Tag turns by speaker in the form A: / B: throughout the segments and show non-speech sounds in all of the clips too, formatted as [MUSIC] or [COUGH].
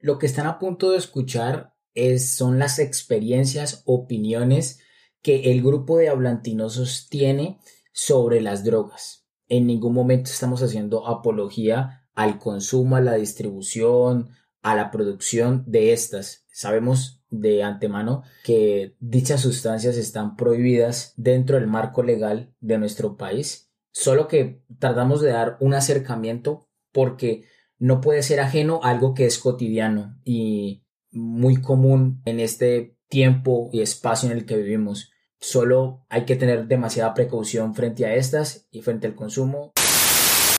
A: Lo que están a punto de escuchar es, son las experiencias, opiniones que el grupo de hablantinosos tiene sobre las drogas. En ningún momento estamos haciendo apología al consumo, a la distribución, a la producción de estas. Sabemos de antemano que dichas sustancias están prohibidas dentro del marco legal de nuestro país, solo que tratamos de dar un acercamiento porque no puede ser ajeno a algo que es cotidiano y muy común en este tiempo y espacio en el que vivimos. Solo hay que tener demasiada precaución frente a estas y frente al consumo.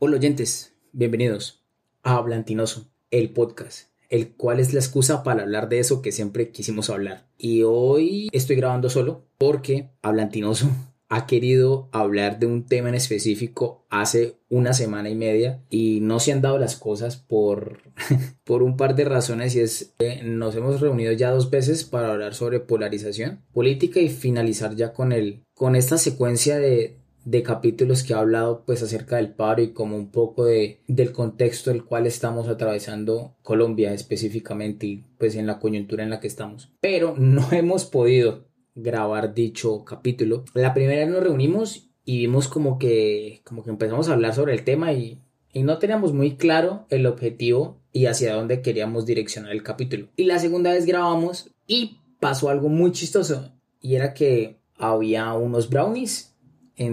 A: Hola oyentes, bienvenidos a Hablantinoso, el podcast, el cual es la excusa para hablar de eso que siempre quisimos hablar. Y hoy estoy grabando solo porque Hablantinoso ha querido hablar de un tema en específico hace una semana y media y no se han dado las cosas por, [LAUGHS] por un par de razones y es que nos hemos reunido ya dos veces para hablar sobre polarización política y finalizar ya con el con esta secuencia de, de capítulos que ha hablado pues acerca del paro y como un poco de, del contexto el cual estamos atravesando Colombia específicamente y pues en la coyuntura en la que estamos pero no [LAUGHS] hemos podido grabar dicho capítulo. La primera vez nos reunimos y vimos como que, como que empezamos a hablar sobre el tema y, y no teníamos muy claro el objetivo y hacia dónde queríamos direccionar el capítulo. Y la segunda vez grabamos y pasó algo muy chistoso y era que había unos brownies.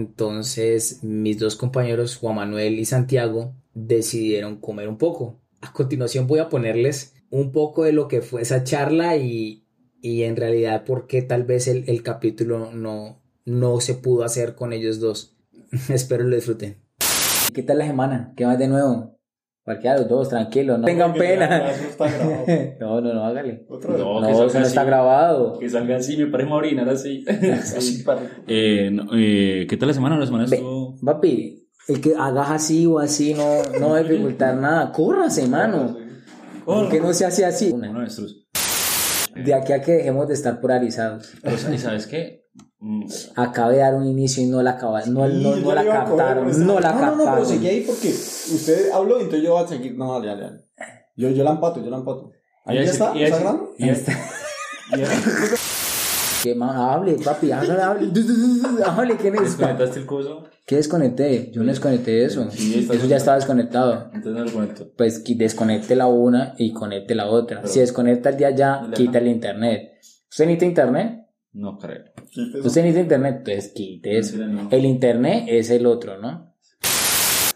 A: Entonces mis dos compañeros Juan Manuel y Santiago decidieron comer un poco. A continuación voy a ponerles un poco de lo que fue esa charla y, y en realidad porque tal vez el, el, capítulo no, no se pudo hacer con ellos dos. [LAUGHS] Espero lo disfruten. ¿Qué tal la semana? ¿Qué más de nuevo? Cualquiera de los dos, tranquilo, no tengan
B: [LAUGHS]
A: pena. [LAUGHS] no, no, no, hágale.
C: Otra vez.
A: No,
C: No, que
A: eso no
C: salga
A: está
C: así.
A: grabado. [LAUGHS]
C: Que salga así, me parece orinar así. [LAUGHS]
B: Sí, para-
C: Eh, no, eh, ¿Qué tal la semana? La semana
A: Ve.
C: estuvo.
A: Papi, el que hagas así o así no, no va a
B: [LAUGHS]
A: dificultar nada. Córrase, mano. ¿Por qué no se hace así?
C: Bueno, nuestros.
A: De aquí a que dejemos de estar polarizados.
C: Pero, ¿Y sabes qué? Mm,
A: Acabé de dar un inicio y no la, acaba- no,
B: Sí,
A: no,
B: yo
A: no
B: le
A: la
B: iba a coger por esa-
A: captaron. No la
B: No, no, pero seguí
A: captaron.
B: ahí porque usted habló, entonces yo voy a seguir. No, dale, dale, dale. Yo, yo la empato, yo la empato. Ahí
C: iba a
B: ya
C: decir-
B: está,
C: iba a
B: ¿está
C: decir-
B: grabando?
C: iba a- iba a-
A: Que más hable, papi, hágale, hable. [LAUGHS] Hable, ¿quién es?
C: ¿Desconectaste el coso?
A: ¿Qué desconecté? Yo no desconecté eso.
C: Sí, está
A: eso ya estaba desconectado.
C: Entonces no lo conecto.
A: Pues qui- desconecte la una y conecte la otra. Si desconecta el de allá,
C: Dile,
A: quita el internet. ¿Usted necesita internet?
C: No creo.
B: Quítese.
A: ¿Usted necesita internet? pues, Entonces quite eso.
C: Mentira, no.
A: El internet es el otro, ¿no?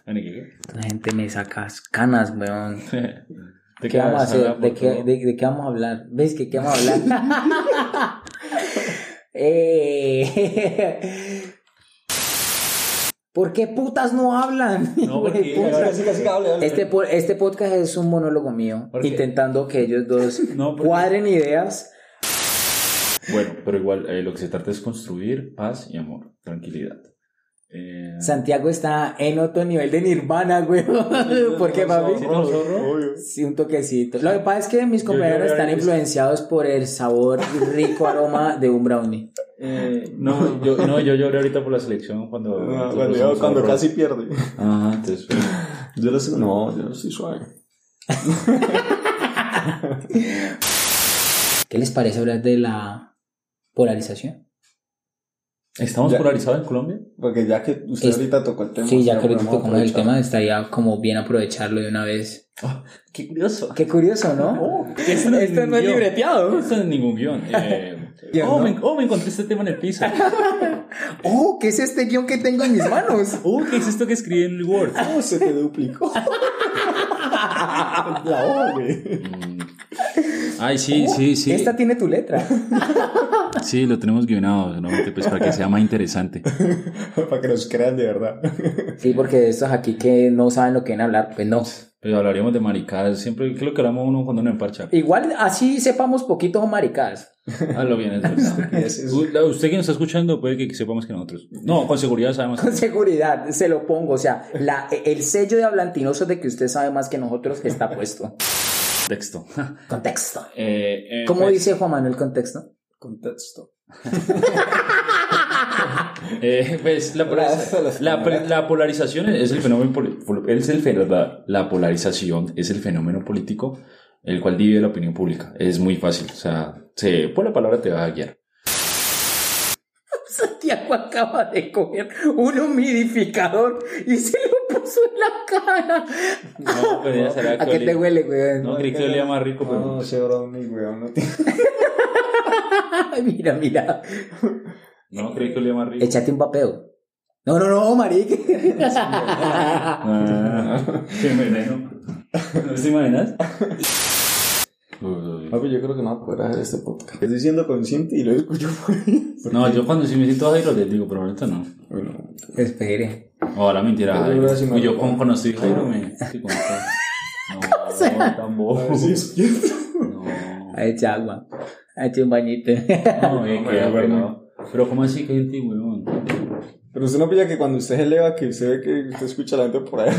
C: Vení, ¿qué? [LAUGHS]
A: La gente me saca canas, weón.
C: ¿De
A: ¿Qué vamos a hacer?
C: hablar,
A: ¿De
C: por
A: qué,
C: favor?
A: de, de qué vamos a hablar? ¿Ves que qué vamos a hablar?
C: [LAUGHS]
A: Eh. ¿Por qué putas no hablan?
C: No, porque-
A: Puta.
B: Siga, siga, siga, hable,
A: [LAUGHS]
B: hable.
A: Este, po- este podcast es un monólogo mío,
C: ¿Por qué?
A: intentando que ellos dos
C: [LAUGHS] No, porque-
A: cuadren ideas.
C: Bueno, pero igual, eh, lo que se trata es construir paz y amor, tranquilidad. Eh,
A: Santiago está en otro nivel de nirvana, güey. ¿Por qué, papi?
C: ¿sí tengo zorro?
B: Obvio.
A: Sí, un toquecito. Lo que pasa es que mis
C: Yo- yo
A: compañeros
C: voy a
A: están
C: ver-
A: influenciados por el sabor y rico aroma de un brownie.
C: Eh, no, yo, no, yo lloré ahorita por la selección cuando.
B: Ah,
C: nosotros
B: Cuando,
C: somos
B: yo- cuando
C: zorros.
B: casi pierde.
C: Ajá, entonces. pues,
B: Yo lo sé- No, yo no soy suave.
A: ¿Qué les parece hablar de la polarización?
C: ¿Estamos
B: Ya.
C: polarizados en Colombia?
B: Porque ya que usted
A: Es-
B: ahorita tocó el tema.
A: Este, Sí, ya
B: ya
A: que ahorita
B: podemos
A: tocamos el
B: aprovechar.
A: tema, estaría como bien aprovecharlo de una vez.
C: qué curioso.
A: Qué curioso, ¿no?
C: Oh, Esto
A: Esto no es
C: guión.
A: libreteado.
C: Esto no es ningún guión. [LAUGHS] eh,
A: Guión,
C: oh,
A: ¿no?
C: me, oh, me encontré este tema en el piso.
A: Oh, ¿qué es este guión que tengo en mis manos?
C: Oh, ¿qué es esto que escribí en el Word?
B: ¿Cómo [LAUGHS] se te duplicó? [LAUGHS] La hoja, güey.
C: Mm. Ay, sí, sí, sí.
A: Esta tiene tu letra.
C: Sí, lo tenemos guionado, ¿no? pues para que sea más interesante.
B: [LAUGHS] Para que nos crean de verdad.
A: Sí, porque de estos aquí que no saben lo que van a hablar, pues no.
C: Pero hablaríamos de maricadas. Siempre creo que hablamos uno cuando nos emparcha.
A: Igual así sepamos poquito son maricadas.
C: Ah, lo bien, es [LAUGHS] verdad.
B: Y ese es-
C: U- la- Usted que nos está escuchando puede que sepamos que nosotros. No, con seguridad sabemos.
A: Con seguridad, se lo pongo. O sea, la, el sello de hablantinoso de que usted sabe más que nosotros está puesto.
C: Texto. [LAUGHS]
A: Contexto.
C: Eh, eh,
A: ¿Cómo
C: pues,
A: dice Juan Manuel contexto?
B: [LAUGHS] Contexto.
C: eh, pues, la, polariza- la, pre- la polarización es el fenómeno poli- pol- es el fen- la polarización es el fenómeno político el cual divide la opinión pública. Es muy fácil, o sea, se, por la palabra te va a guiar.
A: Santiago acaba de comer un humidificador y se lo puso en la cara.
C: [LAUGHS] No, pero ya será
A: ¿A qué te
C: olía-
A: huele, weón?
C: No, creí que olía más rico, pero
B: No, ese bro, mi weón, no tiene.
A: mira, mira.
C: no creí que olía más rico.
A: Échate un vapeo. No, no, no, marica.
C: Ah, [LAUGHS] qué veneno. ¿No te
A: [LAUGHS]
C: imaginas? Uy, uy.
B: [LAUGHS] Papi, yo creo que no va a poder hacer este podcast. Estoy siendo consciente y lo escucho por ahí.
C: No, yo cuando sí me siento Jairo les digo, pero ahorita no.
B: [LAUGHS] Bueno,
A: Espere.
C: Ahora mentira,
B: Pero
C: Jairo.
B: ahora sí me
C: Uy, yo
B: acuerdo.
C: como conocí a Jairo [LAUGHS] me.
A: [LAUGHS]
C: sí, como que- No, tan bobo.
B: a ver si es cierto.
C: No.
A: A echar agua. A echar un bañito. [LAUGHS]
C: No, eh,
B: No,
C: queda
B: me duermo.
C: pegado. Pero ¿cómo así que gente, weón?
B: Pero usted no pilla que cuando usted se eleva, que usted ve que usted escucha a la gente por [LAUGHS] ahí.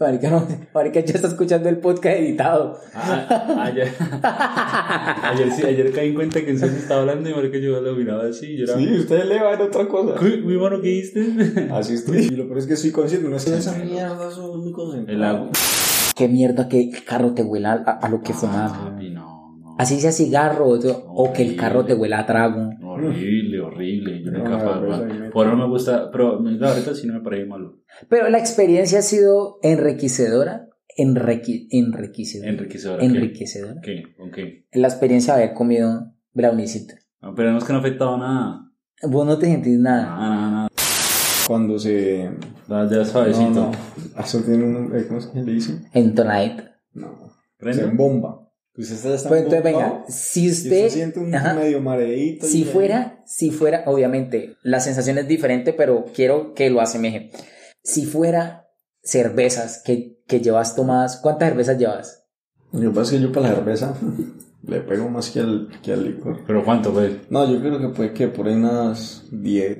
A: Marica, no, marica ya está escuchando el podcast editado.
C: Ah, ayer, [LAUGHS] ayer sí, ayer caí en cuenta que en serio estaba hablando y marica yo lo miraba así y yo era...
B: Sí, usted se eleva en otra cosa.
C: "Uy, Mi mano, ¿qué hiciste?
B: Así estoy. Y lo peor es que soy consciente, no es que
C: Sí.
B: mierda, soy muy concentrado.
C: [LAUGHS] El agua.
A: Qué mierda que el carro te huela a, a lo que fumaba.
C: Ah, Papi, no, no.
A: Así sea cigarro o, o que el carro te huela a trago.
C: Horrible, horrible. Yo nunca
B: No,
C: capaz,
B: pero
C: man.
B: ahí me-
C: Por ahora me gusta, pero me- la ahorita sí no me parece malo.
A: Pero la experiencia ha sido enriquecedora. Enrique, enriquecedora.
C: Enriquecedora. ¿qué?
A: enriquecedora.
C: ¿Qué? ¿Con qué?
A: La experiencia de haber comido browniecito.
C: Ah, Pero no es que no ha afectado nada.
A: Vos no te sentís
B: Ah.
A: nada.
C: Nada, nada, nada.
B: Cuando se.
C: Da- Ya suavecito.
B: No, no. Eso tiene un. eh, ¿Cómo es que le dicen?
A: Entonadito.
B: No. Se
C: ¿Prende?
B: embomba. Pues usted está
A: Pues entonces, venga,
B: embombado
A: si
B: y usted
A: usted.
B: siente un
A: ajá,
B: medio mareíto.
A: si
B: y-
A: fuera, si fuera, obviamente, la sensación es diferente, pero quiero que lo asemeje. Si fuera cervezas que, que llevas tomadas, ¿cuántas cervezas llevas?
B: Lo que pasa es que yo para la cerveza [LAUGHS] le pego más que al, que al licor.
C: ¿Pero cuánto, pues?
B: No, yo creo que puede que por ahí unas [LAUGHS] 10.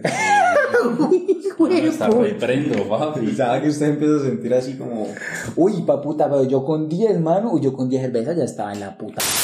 A: [LAUGHS]
C: No, está reprendo,
B: [LAUGHS]
C: papi.
B: Pensaba que usted empieza a sentir así como.
A: Uy, pa puta, pero yo con 10, mano, uy, yo con 10 cervezas ya estaba en la puta.
C: pues.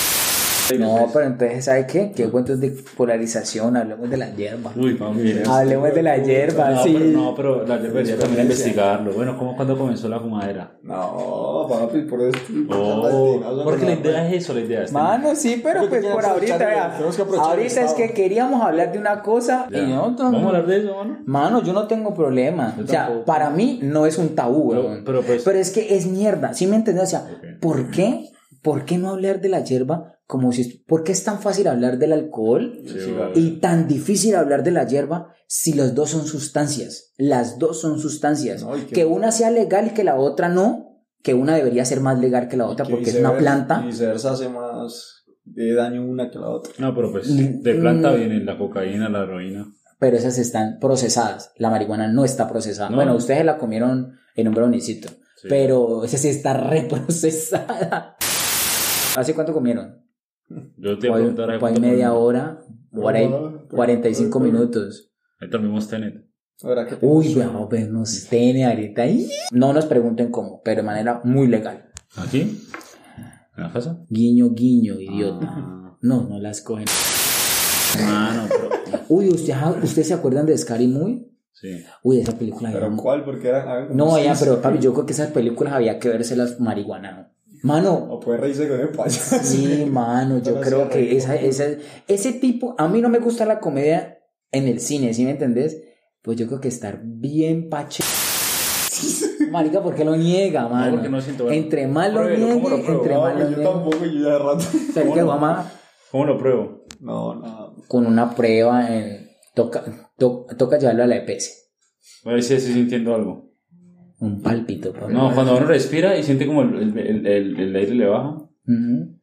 A: No, pero entonces, ¿sabes qué? ¿Qué cuentos de polarización? Hablemos de la hierba.
C: Uy, papi. es-
A: Hablemos de la hierba,
C: No,
A: sí.
C: pero, no, pero la hierba debería también investigarlo. Bueno, ¿cómo cuando comenzó la fumadera?
B: No, papi, por esto.
C: Oh, porque la idea es eso, la idea este es.
A: Mano, sí, pero
B: Creo que
A: pues
B: tenemos
A: por
B: que
A: ahorita,
B: aprovechar-
A: vea,
B: tenemos que aprovechar el
A: ahorita es
B: estado.
A: que queríamos hablar de una cosa
C: Ya.
A: y no, no,
C: Vamos a hablar de eso, mano.
A: Mano, yo no tengo problema.
C: Yo
A: o sea,
C: tampoco.
A: para mí no es un tabú,
C: Pero-
A: weón.
C: pero pues-
A: es que es mierda, ¿sí me entiendes? O sea,
C: Ok.
A: ¿por qué? ¿Por qué no hablar de la hierba como si... ¿Por qué es tan fácil hablar del alcohol
C: Sí, va.
A: y tan difícil hablar de la hierba si los dos son sustancias? Las dos son sustancias.
B: No, y que-
A: que una sea legal y que la otra no, que una debería ser más legal que la otra porque es una planta.
B: Y pues, viceversa hace más de daño una que la otra.
C: No, pero pues
A: Mm,
C: de planta
A: mm.
C: vienen la cocaína, la heroína.
A: pero esas están procesadas. La marihuana no está procesada.
C: No.
A: Bueno, ustedes la comieron en un brownicito,
C: Sí.
A: pero esa sí está [LAUGHS] reprocesada. ¿Hace cuánto comieron?
C: Yo te voy a
A: Fue
C: preguntar a
A: fue ahí media hora, por ahí 45 minutos.
C: Ahí dormimos Tenet.
B: Ahora que tengo
A: Uy, pues,
B: sueño.
A: vamos a vernos tene ahorita. ¡Ih! No nos pregunten cómo, pero de manera muy legal.
C: ¿Aquí? ¿En la casa?
A: Guiño, guiño, idiota.
C: Ah,
A: No, no las cogen.
C: Mano, pero.
A: Uy, ¿ustedes usted se acuerdan de Scary Movie?
C: Sí.
A: Uy, esa película era
B: ¿Pero cuál? Porque era. a ver, como
A: No, ya,
B: seis.
A: pero papi, yo creo que esas películas había que verselas marihuana. Mano,
B: O puede reírse con el payaso.
A: sí, mano, yo
B: Oh, Pero
A: creo
B: sí,
A: que
B: rico.
A: esa, esa- ese tipo, a mí no me gusta la comedia en el cine, ¿sí me entendés? Pues yo creo que estar bien pache. [LAUGHS] Marica, ¿por qué lo niega, mano?
C: porque no siento-
A: Entre más lo
C: Pruébelo, ¿cómo
A: niegue,
C: lo pruebo?
A: entre
B: [LAUGHS] No,
A: más lo
B: pues yo
A: niegue.
B: tampoco, yo ya de rato. [LAUGHS]
A: O sea, el que mamá
C: ¿Cómo lo pruebo?
B: No, no.
A: con una prueba en... Toca, to- toca llevarlo a la EPS.
C: Voy a ver si estoy sintiendo algo.
A: Un pues, palpito, papi.
C: No, cuando uno respira y siente como el, el- el- el aire le baja,
A: Ujú.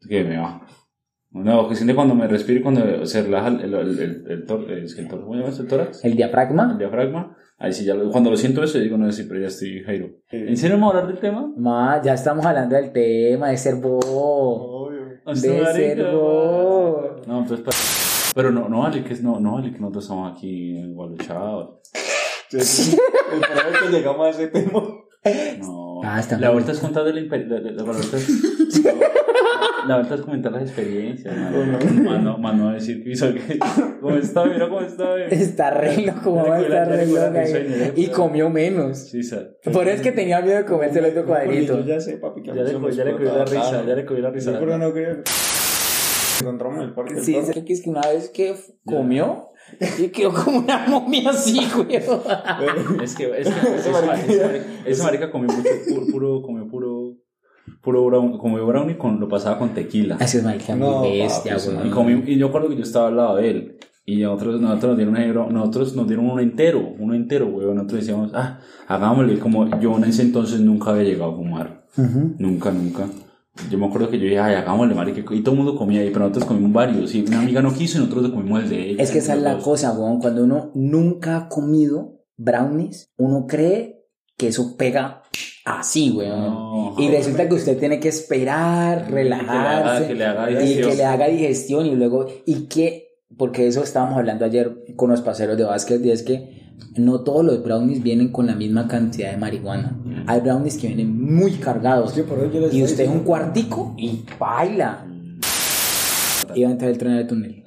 C: es que me baja. No, que siente cuando me respiro y cuando se relaja el, el, el, el, el tor- eh, es que el tor- ¿cómo se llama eso? ¿El tórax?
A: El
C: El
A: diafragma.
C: diafragma. Ahí sí, ya lo- cuando lo siento eso, digo, no, sí, pero ya estoy Jairo. ¿En serio vamos a hablar del tema?
A: Ma, ya estamos hablando del tema de ser bobo.
B: Obvio.
A: De ser bobo.
C: No, entonces, pa- pero no, no vale que es- no, no vale que nosotros estamos aquí gualuchados.
B: Sí, sí. El problema es que llegamos a ese tema.
C: No.
A: Ah, está
C: la
A: bien. [LAUGHS]
C: vuelta es contar de la imper- la- la- la- la vuelta es- La verdad es comentar las experiencias,
B: Bueno.
A: Oh,
C: mano. Más no- más no decir que hizo que. ¿Cómo está? Mira cómo está. eh.
A: Está re loco, mamá, está re loca. Y comió menos.
C: Sí, sal.
A: Por eso es que tenía miedo de comerse el otro cuadrito.
B: Yo ya sé, papi, que a
C: Ya
B: mí
C: le
B: se me
C: cu- ya le cogió
B: explota
C: la risa,
B: cara.
C: ya le cogió la risa.
B: Yo creo que no creo. Encontramos en el parque. del
A: Sí,
B: toro.
A: ¿sabes que es que una vez que f- comió, y quedó como una momia así, güey.
C: Es que es [LAUGHS] que- ese
B: marica-
C: marica, ese marica- ese marica comió mucho puro, puro comió puro puro brownie, comió brownie con lo pasaba con tequila.
A: Así es, marica,
B: No,
A: muy bestia,
B: papi, sí,
C: Y,
A: güey.
C: comí- y yo acuerdo que yo estaba al lado de él. Y nosotros, nosotros, nos, dieron un ebro- nosotros nos dieron uno entero, uno entero, güey. Nosotros decíamos, ah, hagámosle. Y Como yo en ese entonces nunca había llegado a fumar. Nunca, nunca. Yo me acuerdo que yo dije, ay, hagámosle, marica. Y todo el mundo comía ahí, pero nosotros comimos varios. Y una amiga no quiso y nosotros comimos el de ella.
A: Es que esa es la
C: Los-
A: cosa, güey. Cuando uno nunca ha comido brownies, uno cree que eso pega así, güey.
C: No,
A: Y
C: joder.
A: resulta que usted tiene que esperar, relajarse.
C: Que le haga, que le haga
A: y que
C: digestión.
A: le haga digestión y luego y que porque eso estábamos hablando ayer con los parceros de básquet y es que no todos los brownies vienen con la misma cantidad de marihuana
C: Mm.
A: hay brownies que vienen muy cargados
B: Es que por eso yo les
A: y
B: estoy
A: usted es un
B: diciendo.
A: cuartico y baila y va a entrar el tren al túnel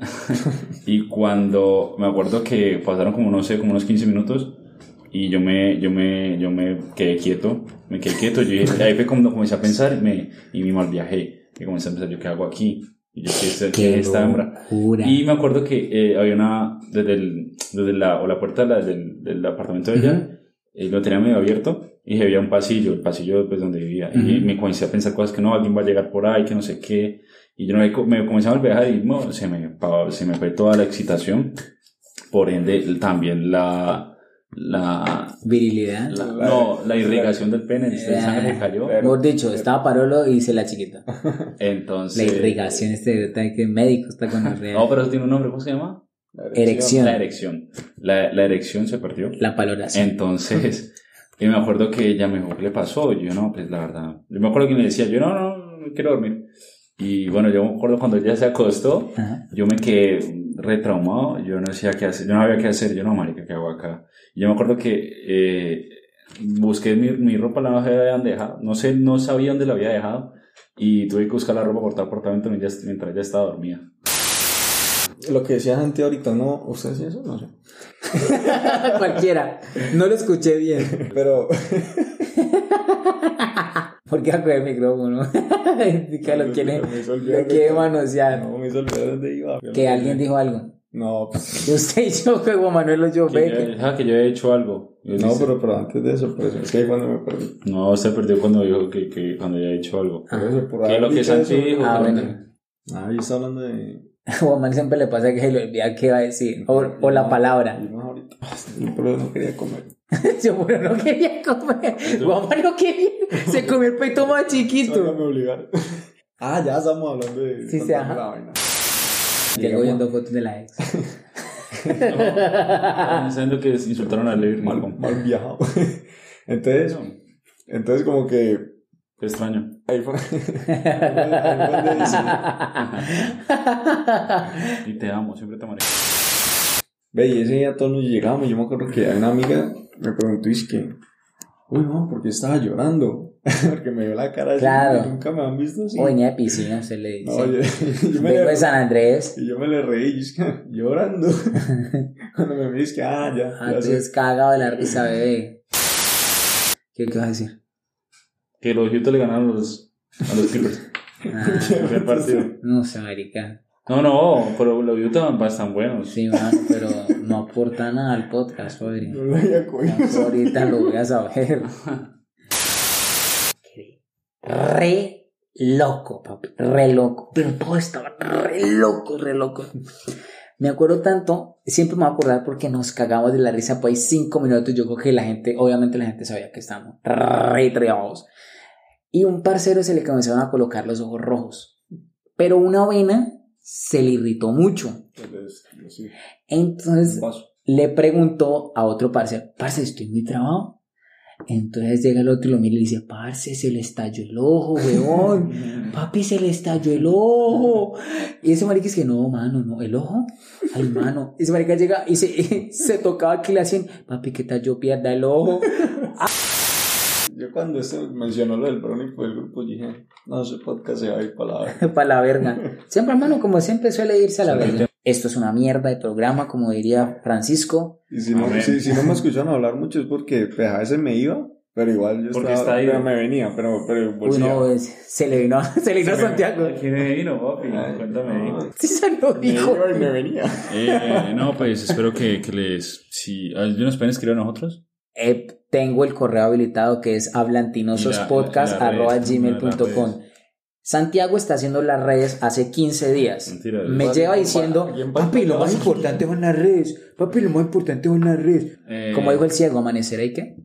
C: Y cuando me acuerdo que pasaron como no sé, como unos 15 minutos y yo me yo me yo me quedé quieto, me quedé quieto, yo dije, ahí fue cuando comencé a pensar y me y me mal viajé, y comencé a pensar yo qué hago aquí. Y yo qué es qué
A: qué
C: es esta hembra.
A: locura
C: Y me acuerdo que eh, había una, desde, el- desde la, o la puerta de la- del, del apartamento de ella,
A: Ujú.
C: eh, lo tenía medio abierto y había un pasillo, el pasillo pues, donde vivía. Y
A: Ujú.
C: me comencé a pensar cosas que no, alguien va a llegar por ahí, que no sé qué. Y yo no me, co- me comencé a viajar y no, se, me, pa- se me fue toda la excitación. Por ende, también la... la,
A: virilidad
C: la- no, la irrigación del pene,
A: Eh,
C: la sangre que cayó.
A: mejor dicho estaba Parolo y se la chiquita la
C: Entonces...
A: irrigación este está que médico está
C: [LAUGHS]
A: con el
C: No, pues, pero eso tiene un nombre, ¿cómo se llama?
A: erección
C: La erección. La, la erección se perdió.
A: la paloración
C: Entonces, [LAUGHS] y me acuerdo que ella me dijo, ¿qué le pasó? Y yo, no, pues la verdad. Yo me acuerdo que me decía, yo, no, no, no quiero dormir. Y bueno, yo me acuerdo cuando ella se acostó,
A: Ajá. [LAUGHS]
C: yo me quedé retraumado, yo no decía qué hacer, yo no sabía qué hacer, yo no, marica, ¿qué hago acá? Y yo me acuerdo que eh, busqué mi, mi ropa, la no sé dónde habían dejado, no sé, no sabía dónde la había dejado, y tuve que buscar la ropa por todo el apartamento mientras mientras ella estaba dormida.
B: Lo que decías antes ahorita, ¿no? ¿Usted hacía eso? No sé.
A: cualquiera no lo escuché bien
B: Pero
A: ¿Por qué va a coger el [LAUGHS] micrófono? que lo quiere,
B: Me hizo olvidar
A: lo quiere
B: de-
A: manosear.
B: No, me hizo olvidar dónde iba.
A: Que alguien dijo algo.
B: No, pues,
A: Y usted y [LAUGHS] yo, que Juan Manuel lo yo,
C: Que
A: ve.
C: yo, ah, que yo he hecho algo. Y él
B: no,
C: dice,
B: pero, pero antes de eso, por eso es que ahí cuando me perdí.
C: No, se perdió cuando dijo que, que cuando ya he hecho algo.
B: Por eso, por
C: Que
B: ahí.
C: lo que Santi dijo.
A: Ah,
C: pero-
A: bueno.
B: Ah, yo estaba hablando de.
A: A Juan Manuel siempre le pasa que se le olvida qué va a decir. O, o la palabra. [LAUGHS]
B: Y más ahorita. Yo por eso no quería comer.
A: Yo, pero no quería comer. Juan Manuel no quería. Se comió el peito más
B: Solo
A: chiquito.
B: me obligaron. [LAUGHS] Ah, ya estamos hablando de.
A: Sí, sí,
B: contando
A: ajá.
B: la vaina.
A: Llegó
B: Llegamos-
A: viendo fotos de la ex.
B: [LAUGHS]
C: Ah, ¿Saben que insultaron a Levi
B: mal,
C: Rincón?
B: mal viajado. [LAUGHS] Entonces, entonces como que
C: Qué extraño.
B: ahí fue, ahí fue- ahí fue donde dice,
C: Y te amo, siempre te amaré.
B: ve, y ese día todos nos llegamos, yo me acuerdo que una amiga me preguntó, es que, uy, no, ¿por qué estaba llorando? [LAUGHS] Porque me dio la cara así,
A: Claro.
B: y nunca me han visto así.
A: O venía de piscina, se le
B: No,
A: dice.
B: yo, yo [LAUGHS] me
A: Vengo
B: le,
A: de San Andrés.
B: y yo me le reí, y es que,
A: [LAUGHS]
B: llorando. Cuando me vi, es que, ah, ya, ya sé.
A: Antes cagado de la risa, bebé. ¿Qué, qué vas a decir?
C: Que los Houston le ganaron a los, a los
B: [LAUGHS]
C: Clippers.
A: Ah.
C: El primer partido.
A: No sé, marica.
C: No, no, pero los Houston van tan buenos.
A: Sí, mano, pero no aporta nada al podcast, padre.
B: No lo había cogido.
A: Ahorita lo voy a [LAUGHS] saber. Re loco, papi. Re loco. Pero todo estaba re loco, re loco. Me acuerdo tanto, siempre me voy a acordar porque nos cagamos de la risa por ahí cinco minutos. Yo creo que la gente, obviamente la gente sabía que estábamos re trebados. Y un parcero se le comenzaron a colocar los ojos rojos. Pero una vena se le irritó mucho.
B: Entonces, yo sí,
A: Entonces
B: un vaso.
A: le preguntó a otro parce, parce, estoy muy trabajo. Entonces llega el otro y lo mira y le dice, parce, se le estalló el ojo, [LAUGHS] weón. Papi, se le estalló el ojo. Y ese marica es que no, mano, no, el ojo. Ay, mano. Ese marica llega y se, [LAUGHS] se tocaba aquí le hacían, papi, ¿qué tal yo pierda el ojo?
B: Yo yo cuando este mencionó lo del brownie por el grupo, dije, no, ese podcast se va a ir para la verga.
A: para la verga. Siempre, hermano, como siempre suele irse a la verga. Esto es una mierda de programa, como diría Francisco.
B: Y si no,
C: Amén.
B: si, si no me escucharon hablar mucho es porque pues, a veces me iba, pero igual yo
C: Porque
B: estaba,
C: está ahí.
B: pero me venía, pero, pero pues,
A: Uy,
B: volvía.
A: no, es- se le vino, se le vino a [LAUGHS] Santiago.
C: ¿Quién me vino, papi?
B: Ay,
C: Cuéntame ahí.
B: no.
A: Sí, se lo
B: Me
A: dijo.
B: iba y me venía.
C: Eh, no, pues espero que, que les. Si alguien nos pueden escribir a nosotros.
A: Eh, tengo el correo habilitado que es
C: Y la- la- la red, la
A: hablantinosospodcast.gmail.com.
C: red.
A: Santiago está haciendo las redes hace 15 días.
C: Mentira,
A: Me
C: ¿verdad?
A: lleva
B: Bien
A: diciendo,
B: pantalla.
A: papi, lo más importante son las redes. Papi, lo más importante son las redes.
C: Eh,
A: Como dijo el ciego, amanecer hay que.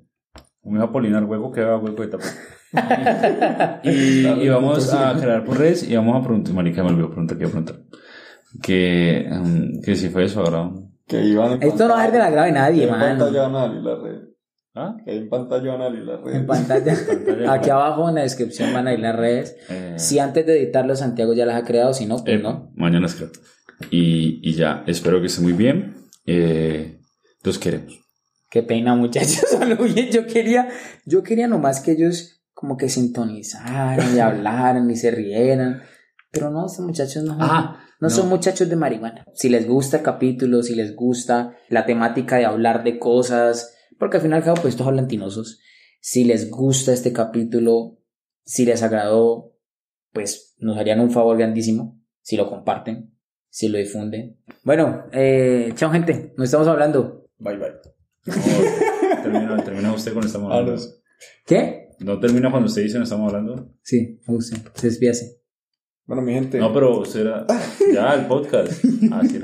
C: Me voy a polinar hueco que haga hueco de tapa. y, y vamos a crear por redes y vamos a preguntar. Marica, me olvidó preguntar, que iba a preguntar. Que, em, que si fue eso ahora.
B: Que iban en
A: Esto no va a ser de la grave nadie,
B: que En pantalla
A: mano.
B: van a abrir la red.
C: ¿Ah?
B: Que en pantalla van a abrir la red.
A: En pantalla.
C: [LAUGHS] pantalla.
A: Aquí abajo en la descripción van a ir las redes.
C: Eh,
A: Si antes de editarlo Santiago ya las ha creado, si no,
C: eh,
A: pues no.
C: Mañana es creo. Y, y ya, espero que esté muy bien. Eh, los queremos.
A: Qué pena, [LAUGHS] muchachos. Solo bien, yo quería, yo quería nomás que ellos como que sintonizaran y hablaran y se rieran. Pero no, estos muchachos no, son-
C: Ah,
A: no son
C: no.
A: muchachos de marihuana. Si les gusta el capítulo, si les gusta la temática de hablar de cosas, porque al final, claro, pues estos hablantinosos, si les gusta este capítulo, si les agradó, pues nos harían un favor grandísimo si lo comparten, si lo difunden. Bueno, eh, chao gente, nos estamos hablando.
B: Bye bye.
C: No, termina, termina usted cuando estamos
B: A
C: hablando.
B: los.
A: ¿Qué?
C: No termina cuando usted dice no estamos hablando.
A: Sí, me gusta. Se despíase.
B: Bueno, mi gente.
C: No, pero será. Ya, el podcast. Ah, Así era.